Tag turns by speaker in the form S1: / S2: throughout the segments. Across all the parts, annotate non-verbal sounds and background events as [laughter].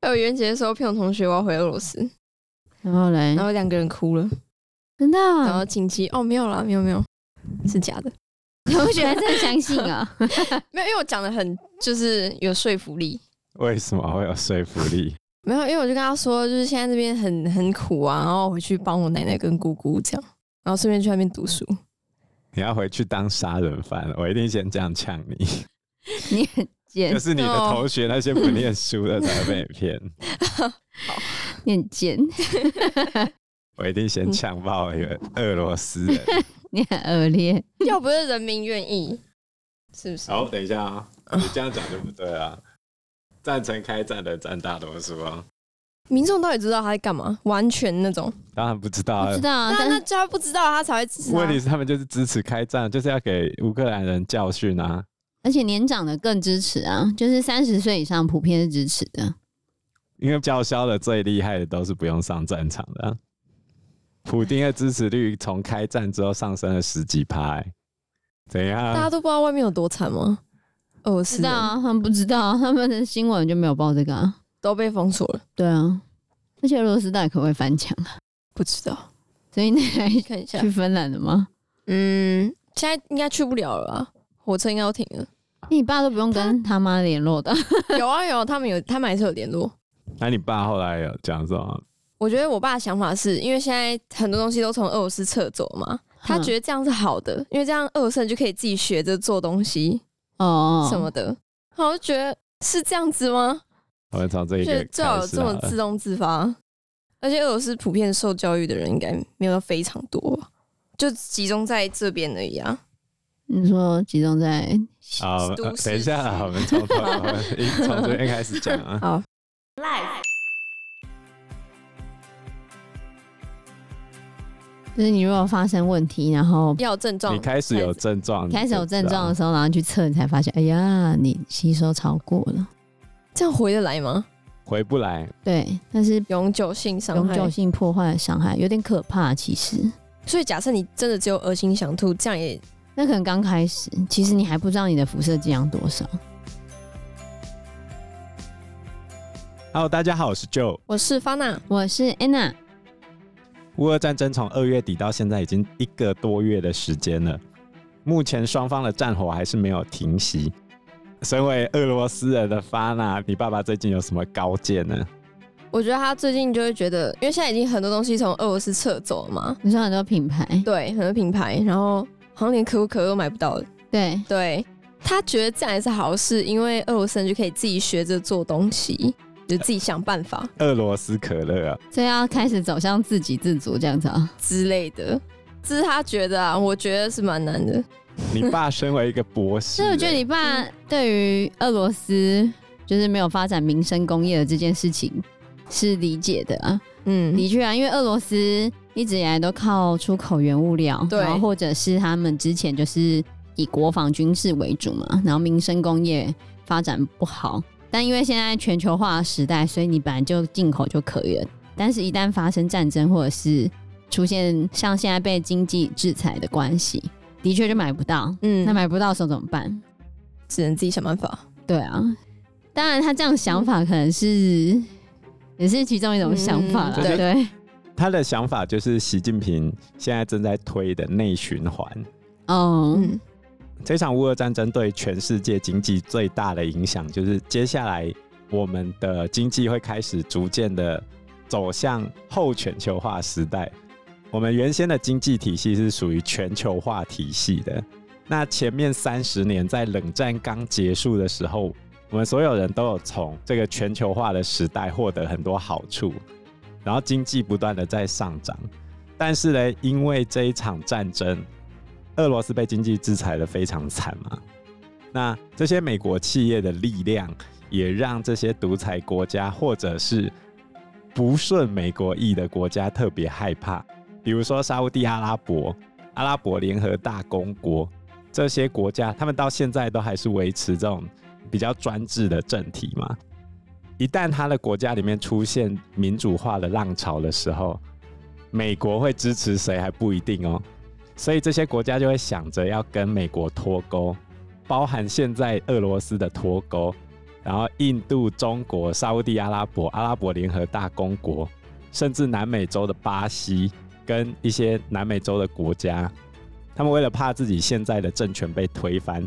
S1: 还有元节的时候，朋友同学我要回俄罗斯，
S2: 然后嘞
S1: 然，后两个人哭了，
S2: 真的
S1: 然
S2: 啊，
S1: 后亲戚哦没有啦，没有没有，是假的，
S2: 同学 [laughs] 还真的相信啊？
S1: 没有，因为我讲的很就是有说服力，
S3: 为什么会有说服力？ [laughs]
S1: 没有，因为我就跟他说，就是现在这边很很苦啊，然后回去帮我奶奶跟姑姑这样，然后顺便去那边读
S2: [laughs]
S1: 书，
S3: 你要回去当杀人犯，我一定先这样呛你。
S2: 你很
S3: 就
S2: 贱，
S3: 是你的
S1: 哦
S3: 同学那些不念书的才会被骗，
S2: 你很贱， [laughs]
S3: 我一定先呛爆一个俄罗斯人。
S2: 你很恶劣。
S1: 要不是人民愿意，是不是？
S3: 好，等一下啊、你这样讲就不对啊。赞成开战的占大多数啊，
S1: 民众到底知道他在干嘛？完全那种，
S3: 当然不知道
S2: 我
S3: 啊
S2: 知。道啊，
S1: 那
S2: 但
S1: 那
S2: 是
S1: 就他不知道，他才会支持
S3: 问
S1: 啊
S3: 题。是他们就是支持开战，就是要给乌克兰人教训啊。
S2: 而且年长的更支持啊，就是三十岁以上普遍是支持的。
S3: 因为叫嚣的最厉害的都是不用上战场的啊、普丁的支持率从开战之后上升了十几趴、欸怎
S1: 大家
S3: 样？
S1: 都不知道外面有多惨吗？俄罗
S2: 知
S1: 斯
S2: 道
S1: 人
S2: 啊，他们不知道 [laughs] 啊，他们的新闻就没有报这个啊。
S1: 都被封锁了，
S2: 对啊，而且俄罗斯到底可不可以翻墙啊？
S1: 不知道。
S2: 所以你来
S1: 看一下
S2: 去，芬兰了吗？
S1: 嗯，现在应该去不了了啊，火车应该要停
S2: [laughs]
S1: 了。
S2: [laughs] 你爸都不用跟他妈联络的，
S1: 有啊有啊，他们有，他们还是有联络。
S3: 那你爸后来有讲什么？
S1: 我觉得我爸的想法是因为现在很多东西都从俄罗斯撤走嘛，他觉得
S2: 得
S1: 这样是好的，因为这样俄罗斯人就可以自己学着做东西
S2: [laughs] 哦
S1: 什么的。然后我就觉得是这样子吗？
S3: 我们从这一
S1: 就
S3: 个
S1: 觉得最好有
S3: 开始啊
S1: 这
S3: 好
S1: 么
S3: 了
S1: 自动自发。而且俄罗斯普遍受教育的人应该没有到非常多吧，就集中在这边而已啊。
S2: 你说集中在
S3: 好，呃
S1: 都市
S3: 等一下啊，
S1: 区
S3: 我们从头我们一从这边开始
S1: [laughs]
S3: 讲啊。
S1: 好，
S2: 就是你如果发生问题，然后
S1: 要有症状
S3: 你，开始有症状，
S2: 开始有症状的
S3: 你就知
S2: 时候，然后去测，你才发现，哎呀，你吸收超过了。
S1: 这样回得来吗？
S3: 道回不来，
S2: 对，但是
S1: 永久性伤
S2: 永
S1: 害。
S2: 久性破坏的伤害有点可怕，其实。
S1: 所以假设你真的只有恶心想吐，这样也
S2: 那可能刚开始，其实你还不知道你的辐射剂量多少。
S3: Hello，大家好，我是 Joe。
S1: 我是发娜，
S2: 我是 Anna，
S3: 乌俄战争从二月底到现在已经一个多月的时间了，目前双方的战火还是没有停息。身为俄罗斯人的发娜，你爸爸最近有什么高见呢？
S1: 我觉得他最近就会觉得，因为现在已经很多东西从俄罗斯撤走了嘛，
S2: 你说很多品牌，
S1: 对，很多品牌，然后好像连可口可乐都买不到了。
S2: 对，
S1: 对他觉得这样也是好事，因为俄罗斯人就可以自己学着做东西，就自己想办法
S3: 俄罗斯可乐、
S2: [laughs]
S3: 啊，
S2: 所以要开始走向自给自足这样子啊。
S1: 之类的。这是他觉得啊，我觉得是蛮难的。
S3: 你爸身为一个
S2: [laughs]
S3: 博士，
S2: 所以我觉得你爸对于俄罗斯就是没有发展民生工业的这件事情是理解的啊，
S1: 嗯，
S2: 的确啊，因为俄罗斯一直以来都靠出口原物料，
S1: 对
S2: 然后或者是他们之前就是以国防军事为主嘛，然后民生工业发展不好，但因为现在全球化的时代，所以你本来就进口就可以了，但是一旦发生战争或者是出现像现在被经济制裁的关系，的确就买不到。
S1: 嗯，
S2: 那买不到的时候怎么办？
S1: 只能自己想办法。
S2: 对啊，当然他这样想法可能是
S1: 嗯
S2: 也是其中一种想法啦，
S3: 嗯对
S2: 对。
S3: 他的想法就是习近平现在正在推的内循环。
S2: 哦、
S1: 嗯，
S3: 这场乌俄战争对全世界经济最大的影响，就是接下来我们的经济会开始逐渐的走向后全球化时代。我们原先的经济体系是属于全球化体系的。那前面三十年在冷战刚结束的时候，我们所有人都有从这个全球化的时代获得很多好处，然后经济不断的在上涨。但是呢，因为这一场战争，俄罗斯被经济制裁的非常惨嘛。那这些美国企业的力量，也让这些独裁国家或者是不顺美国意的国家特别害怕，比如说沙烏地阿拉伯、阿拉伯联合大公国这些国家，他们到现在都还是维持这种比较专制的政体嘛。一旦他的国家里面出现民主化的浪潮的时候，美国会支持谁还不一定哦。所以这些国家就会想着要跟美国脱钩，包含现在俄罗斯的脱钩，然后印度、中国、沙烏地阿拉伯、阿拉伯联合大公国，甚至南美洲的巴西跟一些南美洲的国家，他们为了怕自己现在的政权被推翻，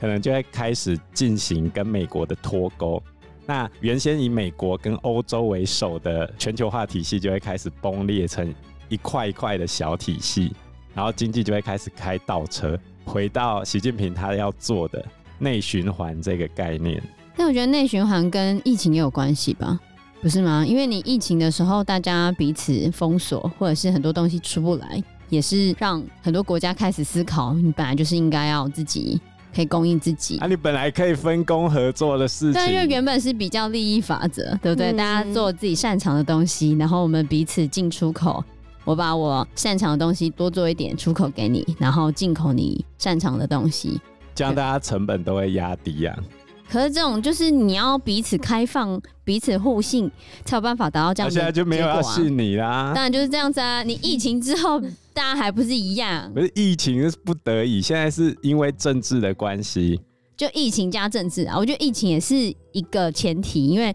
S3: 可能就会开始进行跟美国的脱钩。那原先以美国跟欧洲为首的全球化体系就会开始崩裂成一块一块的小体系，然后经济就会开始开倒车，回到习近平他要做的内循环这个概念。
S2: 但我觉得内循环跟疫情也有关系吧，不是吗？因为你疫情的时候，大家彼此封锁，或者是很多东西出不来，也是让很多国家开始思考，你本来就是应该要自己可以供应自己。
S3: 啊，你本来可以分工合作的事情，
S2: 对，因为原本是比较利益法则，对不对？
S1: 嗯
S2: 大家做自己擅长的东西，然后我们彼此进出口。我把我擅长的东西多做一点出口给你，然后进口你擅长的东西。
S3: 这样大家成本都会压低啊。
S2: 可是这种就是你要彼此开放、彼此互信，才有办法达到这样
S3: 他
S2: 的、
S3: 现
S2: 结
S3: 在就没有
S2: 果
S3: 要
S2: 啊
S3: 信你啦
S2: 当。然就是这样子啊！你疫情之后，大家还不是一样
S3: 不？是疫情是不得已，现在是因为政治的关系，
S2: 就疫情加政治啊，我觉得疫情也是一个前提，因为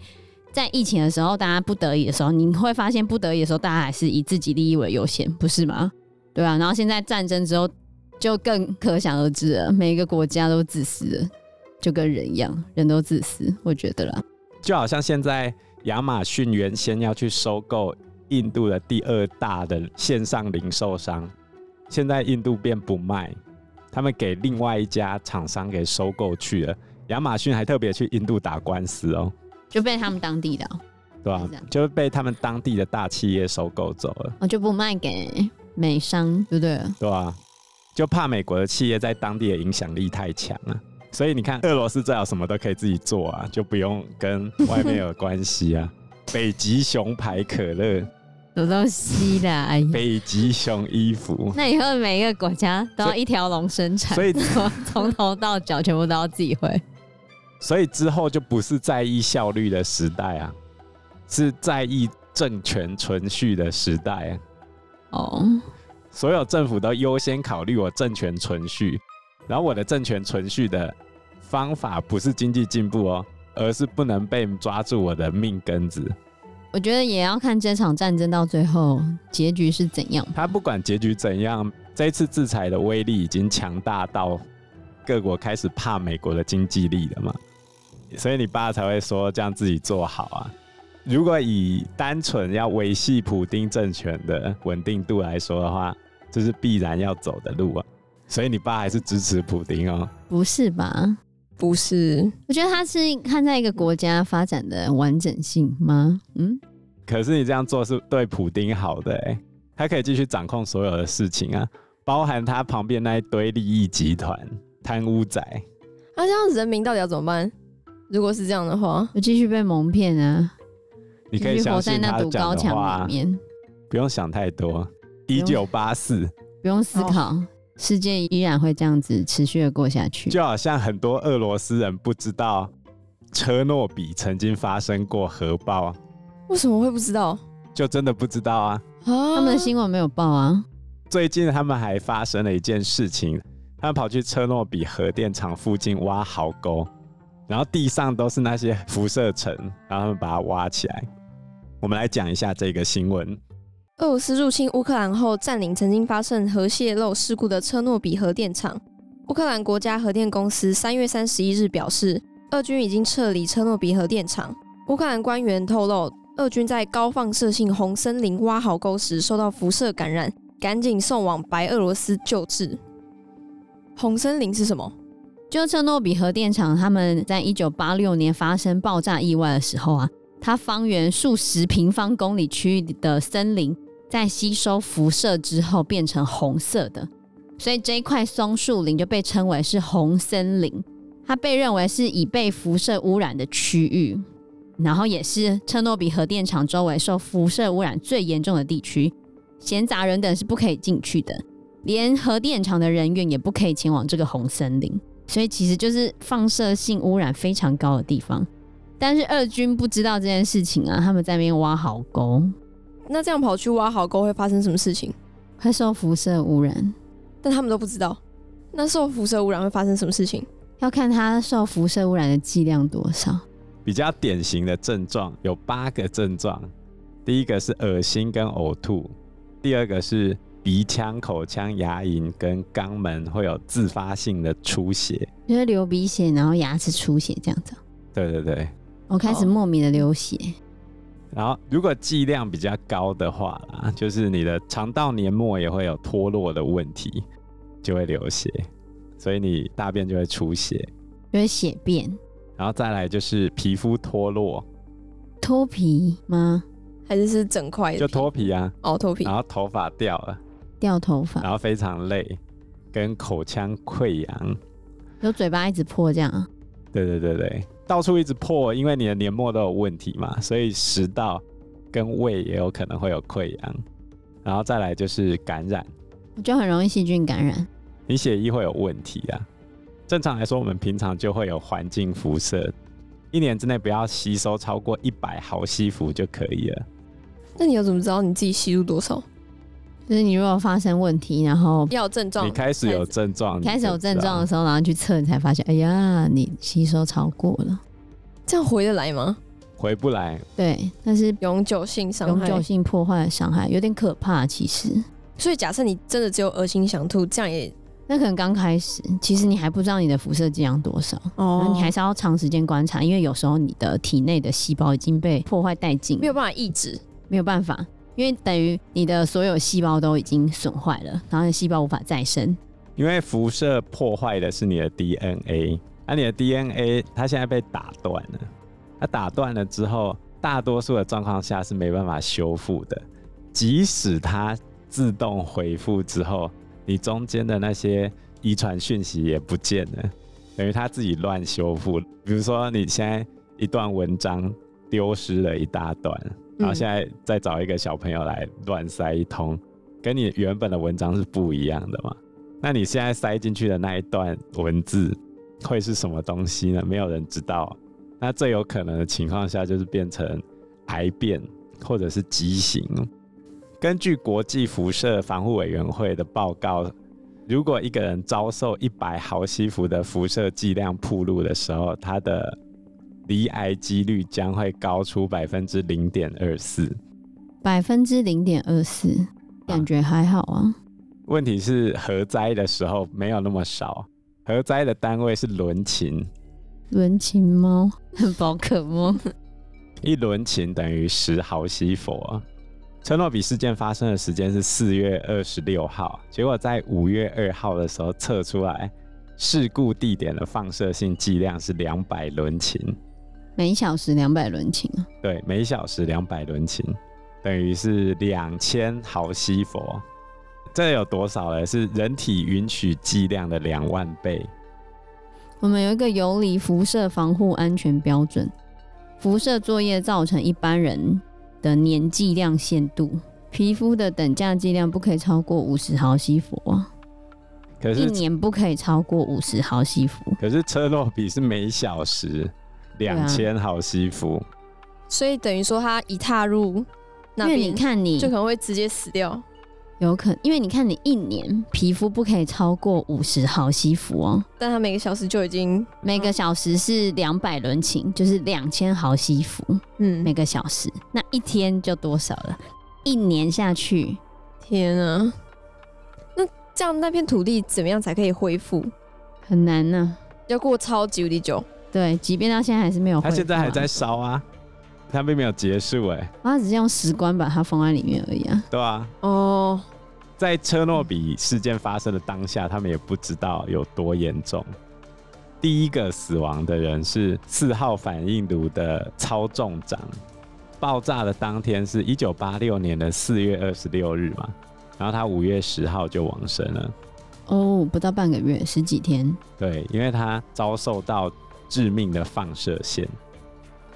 S2: 在疫情的时候，大家不得已的时候，你会发现不得已的时候，大家还是以自己利益为优先，不是吗？ [laughs] 对啊，然后现在战争之后，就更可想而知了，每一个国家都自私了，就跟人一样，人都自私，我觉得啦。
S3: 就好像现在亚马逊原先要去收购印度的第二大的线上零售商，现在印度便不卖，他们给另外一家厂商给收购去了。亚马逊还特别去印度打官司哦，
S2: 就被他们当地的哦、
S3: 对吧、
S2: 是这样
S3: 就是被他们当地的大企业收购走了，
S2: 哦就不卖给美商，对不对？
S3: 对吧、就怕美国的企业在当地的影响力太强了。所以你看，俄罗斯最好什么都可以自己做啊，就不用跟外面有关系啊。 [laughs] 北极熊牌可乐，
S2: 什么东西啦？哎呀，
S3: 北极熊衣
S2: [laughs]
S3: 服，
S2: 那以后每一个国家都要一条龙生产，
S3: 所以
S2: 从头到脚全部都要自己会。
S3: 所以之后就不是在意效率的时代啊，是在意政权存续的时代、啊。
S2: 哦，
S3: 所有政府都优先考虑我政权存续，然后我的政权存续的方法不是经济进步哦，而是不能被抓住我的命根子。
S2: 我觉得也要看这场战争到最后结局是怎样。
S3: 他不管结局怎样，这一次制裁的威力已经强大到各国开始怕美国的经济力了嘛，所以你爸才会说这样自己做好啊。如果以单纯要维系普丁政权的稳定度来说的话，这是必然要走的路啊。所以你爸还是支持普丁哦。
S2: 不是吧？
S1: 不是，
S2: 我觉得他是看在一个国家发展的完整性吗？嗯，
S3: 可是你这样做是对普丁好的、欸，他可以继续掌控所有的事情啊，包含他旁边那一堆利益集团、贪污仔。
S1: 那、啊这样人民到底要怎么办？如果是这样的话，
S2: 就继续被蒙骗啊，
S3: 你可以
S2: 继续活
S3: 相
S2: 在
S3: 信
S2: 那
S3: 他
S2: 堵高
S3: 讲的
S2: 墙里
S3: 话，
S2: 面，
S3: 不用嗯想太多。一
S2: 用
S3: 九八四
S2: 不用思考，世界依然会这样子持续的过下去。
S3: 就好像很多俄罗斯人不知道车诺比曾经发生过核爆，
S1: 为什么会不知道
S3: 就真的不知道啊。
S1: 啊？他
S2: 他们的新闻没有报啊，
S3: 最近他们还发生了一件事情，他们跑去车诺比核电厂附近挖壕沟，然后地上都是那些辐射层，然后他们把它挖起来。我们来讲一下这个新闻。
S1: 俄罗斯入侵乌克兰后，占领曾经发生核泄漏事故的车诺比核电厂。乌克兰国家核电公司三月三十一日表示，俄军已经撤离车诺比核电厂。乌克兰官员透露，俄军在高放射性红森林挖壕沟时受到辐射感染，赶紧送往白俄罗斯救治。红森林是什么？
S2: 就车诺比核电厂，他们在一九八六年发生爆炸意外的时候啊，它方圆数十平方公里区域的森林，在吸收辐射之后变成红色的，所以这一块松树林就被称为是红森林，它被认为是已被辐射污染的区域，然后也是车诺比核电厂周围受辐射污染最严重的地区，闲杂人等是不可以进去的，连核电厂的人员也不可以前往这个红森林。所以其实就是放射性污染非常高的地方。但是俄军不知道这件事情啊，他们在那边挖壕沟，
S1: 那这样跑去挖壕沟会发生什么事情？
S2: 会受辐射污染。
S1: 但他们都不知道。那受辐射污染会发生什么事情？
S2: 要看它受辐射污染的剂量多少。
S3: 比较典型的症状有八个症状，第一个是恶心跟呕吐，第二个是鼻腔、口腔、牙龈跟肛门会有自发性的出血。
S2: 就是流鼻血，然后牙齿出血这样子。
S3: 对对对，
S2: 我开始
S1: 哦
S2: 莫名的流血，
S3: 然后如果剂量比较高的话啦，就是你的肠道黏膜也会有脱落的问题，就会流血，所以你大便就会出血。
S2: 就是血便、
S3: 然后再来就是皮肤脱落，
S2: 脱皮吗？
S1: 还是是整块的
S3: 就
S1: 皮
S3: 脱皮啊，
S1: 哦脱皮
S3: 然后头发掉了，
S2: 掉头发，
S3: 然后非常累，跟口腔溃疡。
S2: 就嘴巴一直破这样啊。
S3: 对对对对，到处一直破，因为你的黏膜都有问题嘛，所以食道跟胃也有可能会有溃疡，然后再来就是感染，
S2: 我就很容易细菌感染。
S3: 你血液会有问题啊。正常来说，我们平常就会有环境辐射，一年之内不要吸收超过一百毫西弗就可以了。
S1: 那你又怎么知道你自己吸入多少？
S2: 就是你如果发生问题，然后
S1: 要有症状
S3: 你开始有症状，
S2: 开始有症状的
S3: 你就知道，
S2: 时候，然后去测，你才发现，哎呀，你吸收超过了。
S1: 这样回得来吗？
S3: 回不来，
S2: 对，但是
S1: 永久性伤
S2: 永
S1: 害。
S2: 久性破坏的伤害有点可怕，其实。
S1: 所以假设你真的只有恶心想吐，这样也
S2: 那可能刚开始，其实你还不知道你的辐射剂量多少，然
S1: 哦
S2: 后你还是要长时间观察，因为有时候你的体内的细胞已经被破坏殆尽了，
S1: 没有办法抑制。
S2: 没有办法，因为等于你的所有细胞都已经损坏了，然后你的细胞无法再生。
S3: 因为辐射破坏的是你的 DNA，而、啊你的 DNA 它现在被打断了，它打断了之后，大多数的状况下是没办法修复的。即使它自动恢复之后，你中间的那些遗传讯息也不见了，等于它自己乱修复。比如说你现在一段文章丢失了一大段，然后现在再找一个小朋友来乱塞一通，跟你原本的文章是不一样的嘛？那你现在塞进去的那一段文字会是什么东西呢？没有人知道。那最有可能的情况下就是变成癌变或者是畸形。根据国际辐射防护委员会的报告，如果一个人遭受一百毫西弗的辐射剂量暴露的时候，他的罹癌几率将会高出百分之零点二四。
S2: 百分之零点二四，感觉还好啊。
S3: 问题是核灾的时候没有那么少，核灾的单位是伦琴，
S2: 伦琴猫、 [laughs] 宝可梦，
S3: 一轮琴等于十毫西弗啊。车诺比事件发生的时间是四月二十六号，结果在五月二号的时候测出来，事故地点的放射性剂量是两百伦琴，
S2: 每小时两百伦琴啊，
S3: 对，每小时两百伦琴，等于是两千毫西弗。这有多少呢？是人体允许剂量的两万倍。
S2: 我们有一个游离辐射防护安全标准，辐射作业造成一般人的年剂量限度，皮肤的等价剂量不可以超过五十毫西弗啊，
S3: 可
S2: 一
S3: 是
S2: 年不可以超过五十毫西弗。
S3: 可是车诺比是每小时两千毫西弗，
S1: 所以等于说，他一踏入那
S2: 因为你
S1: 边，
S2: 看你
S1: 就可能会直接死掉。
S2: 有可能，因为你看你一年皮肤不可以超过五十毫西弗哦，
S1: 但他每个小时就已经
S2: 每个小时是两百伦琴，就是两千毫西弗
S1: 嗯
S2: 每个小时，那一天就多少了？一年下去
S1: 天啊！那这样那片土地怎么样才可以恢复？
S2: 很难啊呢、
S1: 要过超级无敌久，
S2: 对，即便到现在还是没有恢复
S3: [laughs] 他
S2: 啊，
S3: 现在还在烧啊，他并没有结束哎、
S2: 他只是用石棺把它封在里面而已啊。
S3: 对啊，
S1: 哦，
S3: 在车诺比事件发生的当下，他们也不知道有多严重。第一个死亡的人是四号反应炉的操纵长。爆炸的当天是一九八六年的四月二十六日嘛，然后他五月十号就往生了。
S2: 哦，不到半个月，十几天，
S3: 对，因为它遭受到致命的放射线。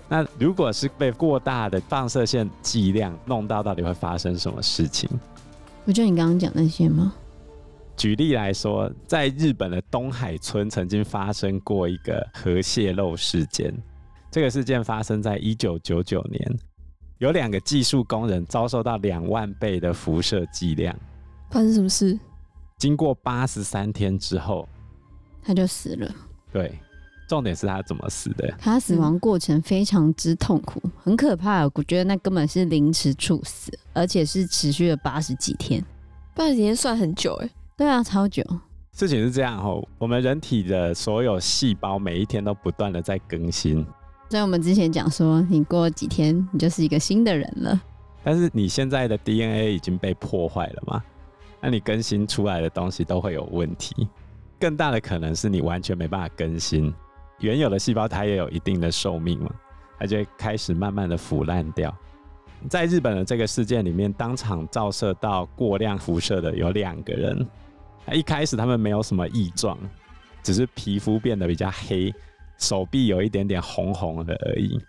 S3: 那如果是被过大的放射线剂量弄到，到底会发生什么事情？
S2: 不就你刚刚讲那些吗？
S3: 举例来说，在日本的东海村曾经发生过一个核泄漏事件。这个事件发生在一九九九年，有两个技术工人遭受到两万倍的辐射剂量，
S1: 发生什么事？
S3: 经过八十三天之后，
S2: 他就死了，
S3: 对，重点是他怎么死的。
S2: 他死亡过程非常之痛苦，很可怕。啊我觉得那根本是凌迟处死，而且是持续了八十几天。
S1: 八十几天算很久哎、
S2: 对啊，超久。
S3: 事情是这样哦，我们人体的所有细胞每一天都不断的在更新，
S2: 所以我们之前讲说，你过几天你就是一个新的人了。
S3: 但是你现在的 DNA 已经被破坏了嘛？那你更新出来的东西都会有问题。更大的可能是你完全没办法更新，原有的细胞它也有一定的寿命嘛，它就会开始慢慢的腐烂掉。在日本的这个事件里面，当场照射到过量辐射的有两个人，一开始他们没有什么异状，只是皮肤变得比较黑，手臂有一点点红红的而已。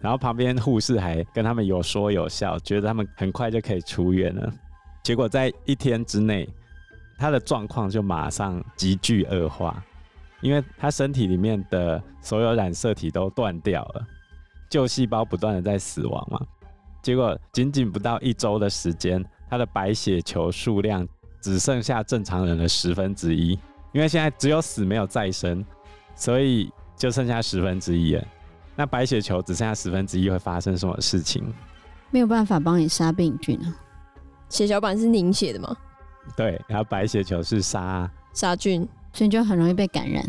S3: 然后旁边护士还跟他们有说有笑，觉得他们很快就可以出院了。结果在一天之内，他的状况就马上急剧恶化，因为他身体里面的所有染色体都断掉了，旧细胞不断的在死亡嘛。结果仅仅不到一周的时间，他的白血球数量只剩下正常人的十分之一，因为现在只有死没有再生，所以就剩下十分之一了。那白血球只剩下十分之一会发生什么事情？
S2: 没有办法帮你杀病菌啊。
S1: 血小板是凝血的嘛，
S3: 对，然后白血球是杀，
S1: 杀菌。
S2: 所以你就很容易被感染。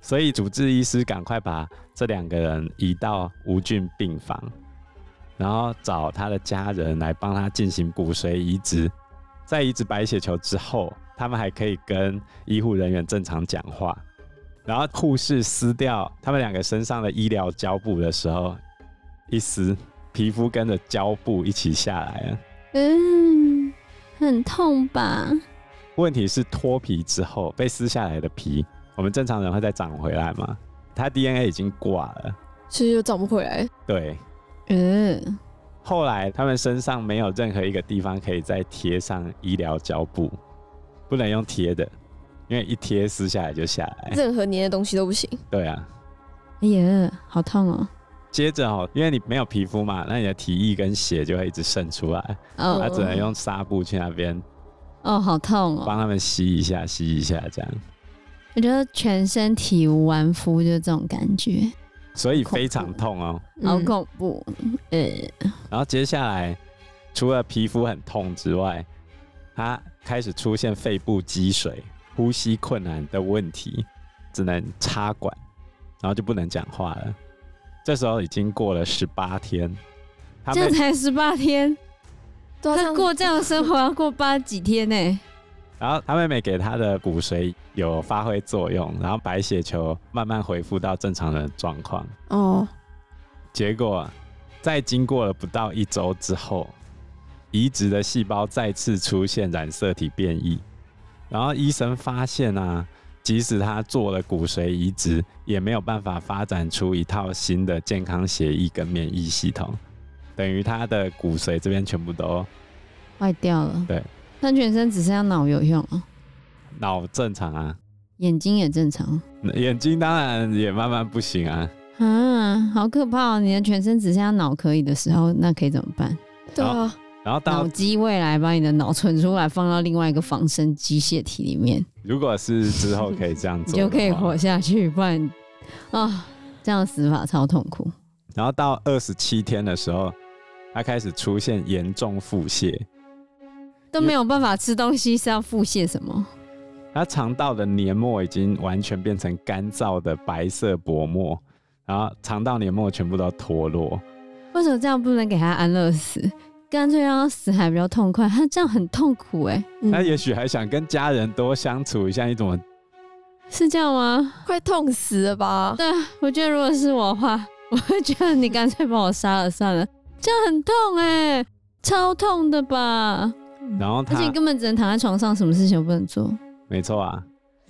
S3: 所以主治医师赶快把这两个人移到无菌病房，然后找他的家人来帮他进行骨髓移植。在移植白血球之后，他们还可以跟医护人员正常讲话。然后护士撕掉他们两个身上的医疗胶布的时候，一撕，皮肤跟着胶布一起下来啊了。
S2: 嗯，很痛吧？
S3: 问题是脱皮之后被撕下来的皮，我们正常人会再长回来吗？它 DNA 已经挂了。
S1: 所以就长不回来。
S3: 对，
S2: 呃，
S3: 后来他们身上没有任何一个地方可以再贴上医疗胶布，不能用贴的，因为一贴撕下来就下来。
S1: 任何粘的东西都不行。
S3: 对啊，
S2: 哎呀，好痛哦。
S3: 接着哦，因为你没有皮肤嘛，那你的体液跟血就会一直渗出来，
S2: 哦，
S3: 他只能用纱布去那边
S2: 哦，好痛哦！
S3: 帮他们吸一下、吸一下这样，
S2: 我觉得全身体无完肤，就这种感觉，
S3: 所以非常痛哦。
S2: 好
S1: 嗯
S2: 恐怖。呃，
S3: 然后接下来，除了皮肤很痛之外，他开始出现肺部积水、呼吸困难的问题，只能插管，然后就不能讲话了。这时候已经过了十八天，他
S2: 这
S3: 们
S2: 样才十八天，
S1: 对啊，这
S2: 他
S1: 样
S2: 过这样的生活要过八几天呢？
S3: 然后他妹妹给他的骨髓有发挥作用，然后白血球慢慢恢复到正常人的状况。
S1: 哦，
S3: 结果在经过了不到一周之后，移植的细胞再次出现染色体变异，然后医生发现啊，即使他做了骨髓移植，也没有办法发展出一套新的健康协议跟免疫系统，等于他的骨髓这边全部都
S2: 坏掉了。
S3: 对，
S2: 他全身只剩下脑有用啊，
S3: 脑正常啊，
S2: 眼睛也正常
S3: 眼睛当然也慢慢不行啊，
S2: 啊，好可怕哦！你的全身只剩下脑可以的时候，那可以怎么办？
S1: 对啊，
S3: 然后到
S2: 脑机未来把你的脑存出来，放到另外一个仿生机械体里面，
S3: 如果是之后可以这样
S2: [laughs] 你
S3: 做，
S2: 就可以活。下去。不然啊、这样死法超痛苦。
S3: 然后到二十七天的时候，他开始出现严重腹泻，
S2: 都没有办法吃东西，是要腹泻什么？
S3: 他肠道的黏膜已经完全变成干燥的白色薄膜，然后肠道黏膜全部都脱落。
S2: 为什么这样不能给他安乐死？干脆让他死还比较痛快，他这样很痛苦哎、
S1: 嗯
S3: 他也许还想跟家人多相处一下，你怎么？
S2: 是这样吗？
S1: 快痛死了吧？
S2: 对啊，我觉得如果是我的话， [laughs] 我会觉得你干脆把我杀了算了，这样很痛哎、超痛的吧？
S3: 然后
S2: 嗯而且
S3: 他
S2: 你根本只能躺在床上，什么事情都不能做。
S3: 没错啊，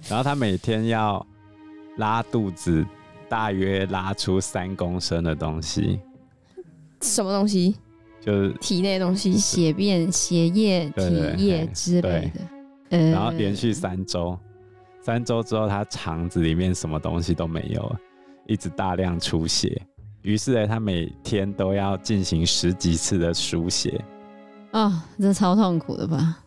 S3: 然后他每天要拉肚子，大约拉出三公升的东西，
S1: 什么东西？
S3: 就是
S1: 体内的东西？
S2: 血便、血液、
S3: 对对
S2: 体液之类的。呃
S3: 然后连续三周，三周之后，他肠子里面什么东西都没有了，一直大量出血。于是呢，他每天都要进行十几次的输血，
S2: 哦，这超痛苦的吧？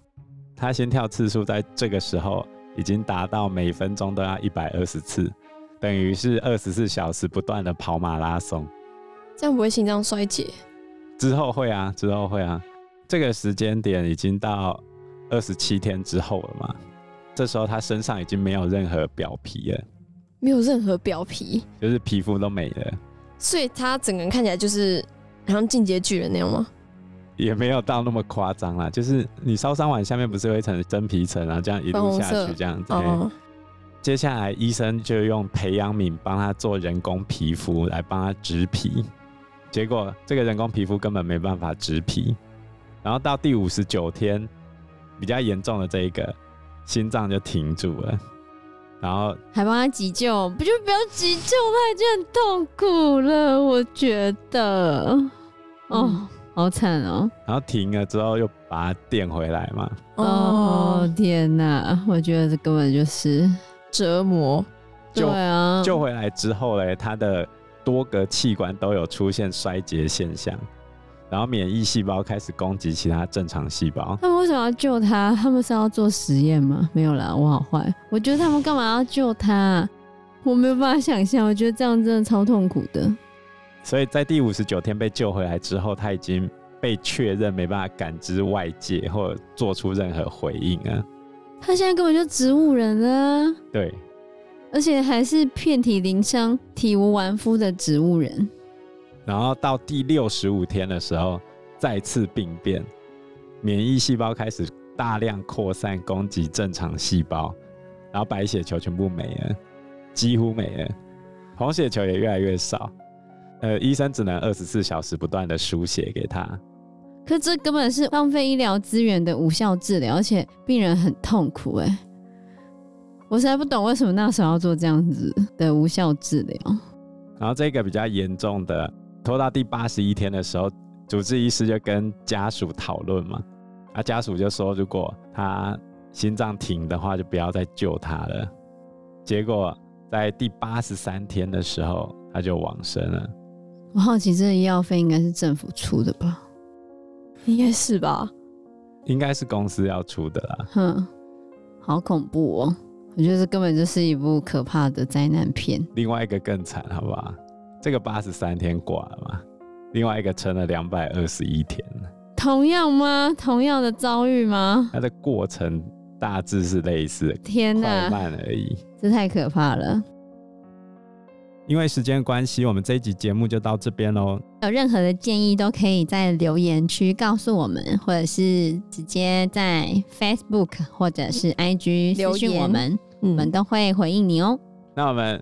S3: 他心跳次数在这个时候已经达到每分钟都要一百二十次，等于是二十四小时不断的跑马拉松。
S1: 这样不会心脏衰竭？
S3: 之后会啊，之后会啊。这个时间点已经到二十七天之后了嘛，这时候他身上已经没有任何表皮了，
S1: 没有任何表皮，
S3: 就是皮肤都没了，
S1: 所以他整个人看起来就是好像进阶巨人那样吗？
S3: 也没有到那么夸张啦。就是你烧伤完下面不是有一层真皮层啊，这样一
S1: 粉
S3: 路
S1: 红
S3: 下
S1: 色
S3: 去这样子。嘿
S1: 哦，
S3: 接下来医生就用培养皿帮他做人工皮肤来帮他植皮，结果这个人工皮肤根本没办法植皮，然后到第五十九天，比较严重的这一个心脏就停住了，然后
S2: 还帮他急救，不就不要急救，他已经很痛苦了，我觉得，哦，
S1: 嗯
S2: 好惨哦，
S3: 然后停了之后又把它垫回来嘛，
S2: 哦
S1: 哦，
S2: 天哪，我觉得这根本就是，
S1: 折磨，
S2: 对
S3: 救
S2: 啊，
S3: 救回来之后嘞，他的多个器官都有出现衰竭现象，然后免疫细胞开始攻击其他正常细胞。
S2: 他们为什么要救他？他们是要做实验吗？没有啦，我好坏。我觉得他们干嘛要救他？我没有办法想象，我觉得这样真的超痛苦的。
S3: 所以在第五十九天被救回来之后，他已经被确认没办法感知外界或者做出任何回应啊。
S2: 他现在根本就植物人啊，
S3: 对，
S2: 而且还是遍体鳞伤、体无完肤的植物人。
S3: 然后到第六十五天的时候，再次病变，免疫细胞开始大量扩散攻击正常细胞，然后白血球全部没了，几乎没了，红血球也越来越少。呃，医生只能二十四小时不断的输血给他，
S2: 可这根本是浪费医疗资源的无效治疗，而且病人很痛苦哎、我实在不懂为什么那时候要做这样子的无效治疗。
S3: 然后这个比较严重的，拖到第八十一天的时候，主治医师就跟家属讨论嘛，啊，家属就说如果他心脏停的话，就不要再救他了。结果在第八十三天的时候，他就往生了。
S2: 我好奇这个医药费应该是政府出的吧？
S1: 应该是吧？
S3: 应该是公司要出的啦，
S2: 哼，好恐怖哦！我觉得这根本就是一部可怕的灾难片。
S3: 另外一个更惨，好不好？这个八十三天挂了嘛，另外一个撑了两百二十一天，
S2: 同样吗？同样的遭遇吗？
S3: 它的过程大致是类似的，
S2: 天
S3: 快
S2: 哪，
S3: 慢而已。
S2: 这太可怕了！
S3: 因为时间关系，我们这一集节目就到这边喽。
S2: 有任何的建议都可以在留言区告诉我们，或者是直接在 Facebook 或者是 IG
S1: 嗯留
S2: 私讯
S1: 言
S2: 我们，我们
S1: 嗯，
S2: 都会回应你哦。
S3: 那我们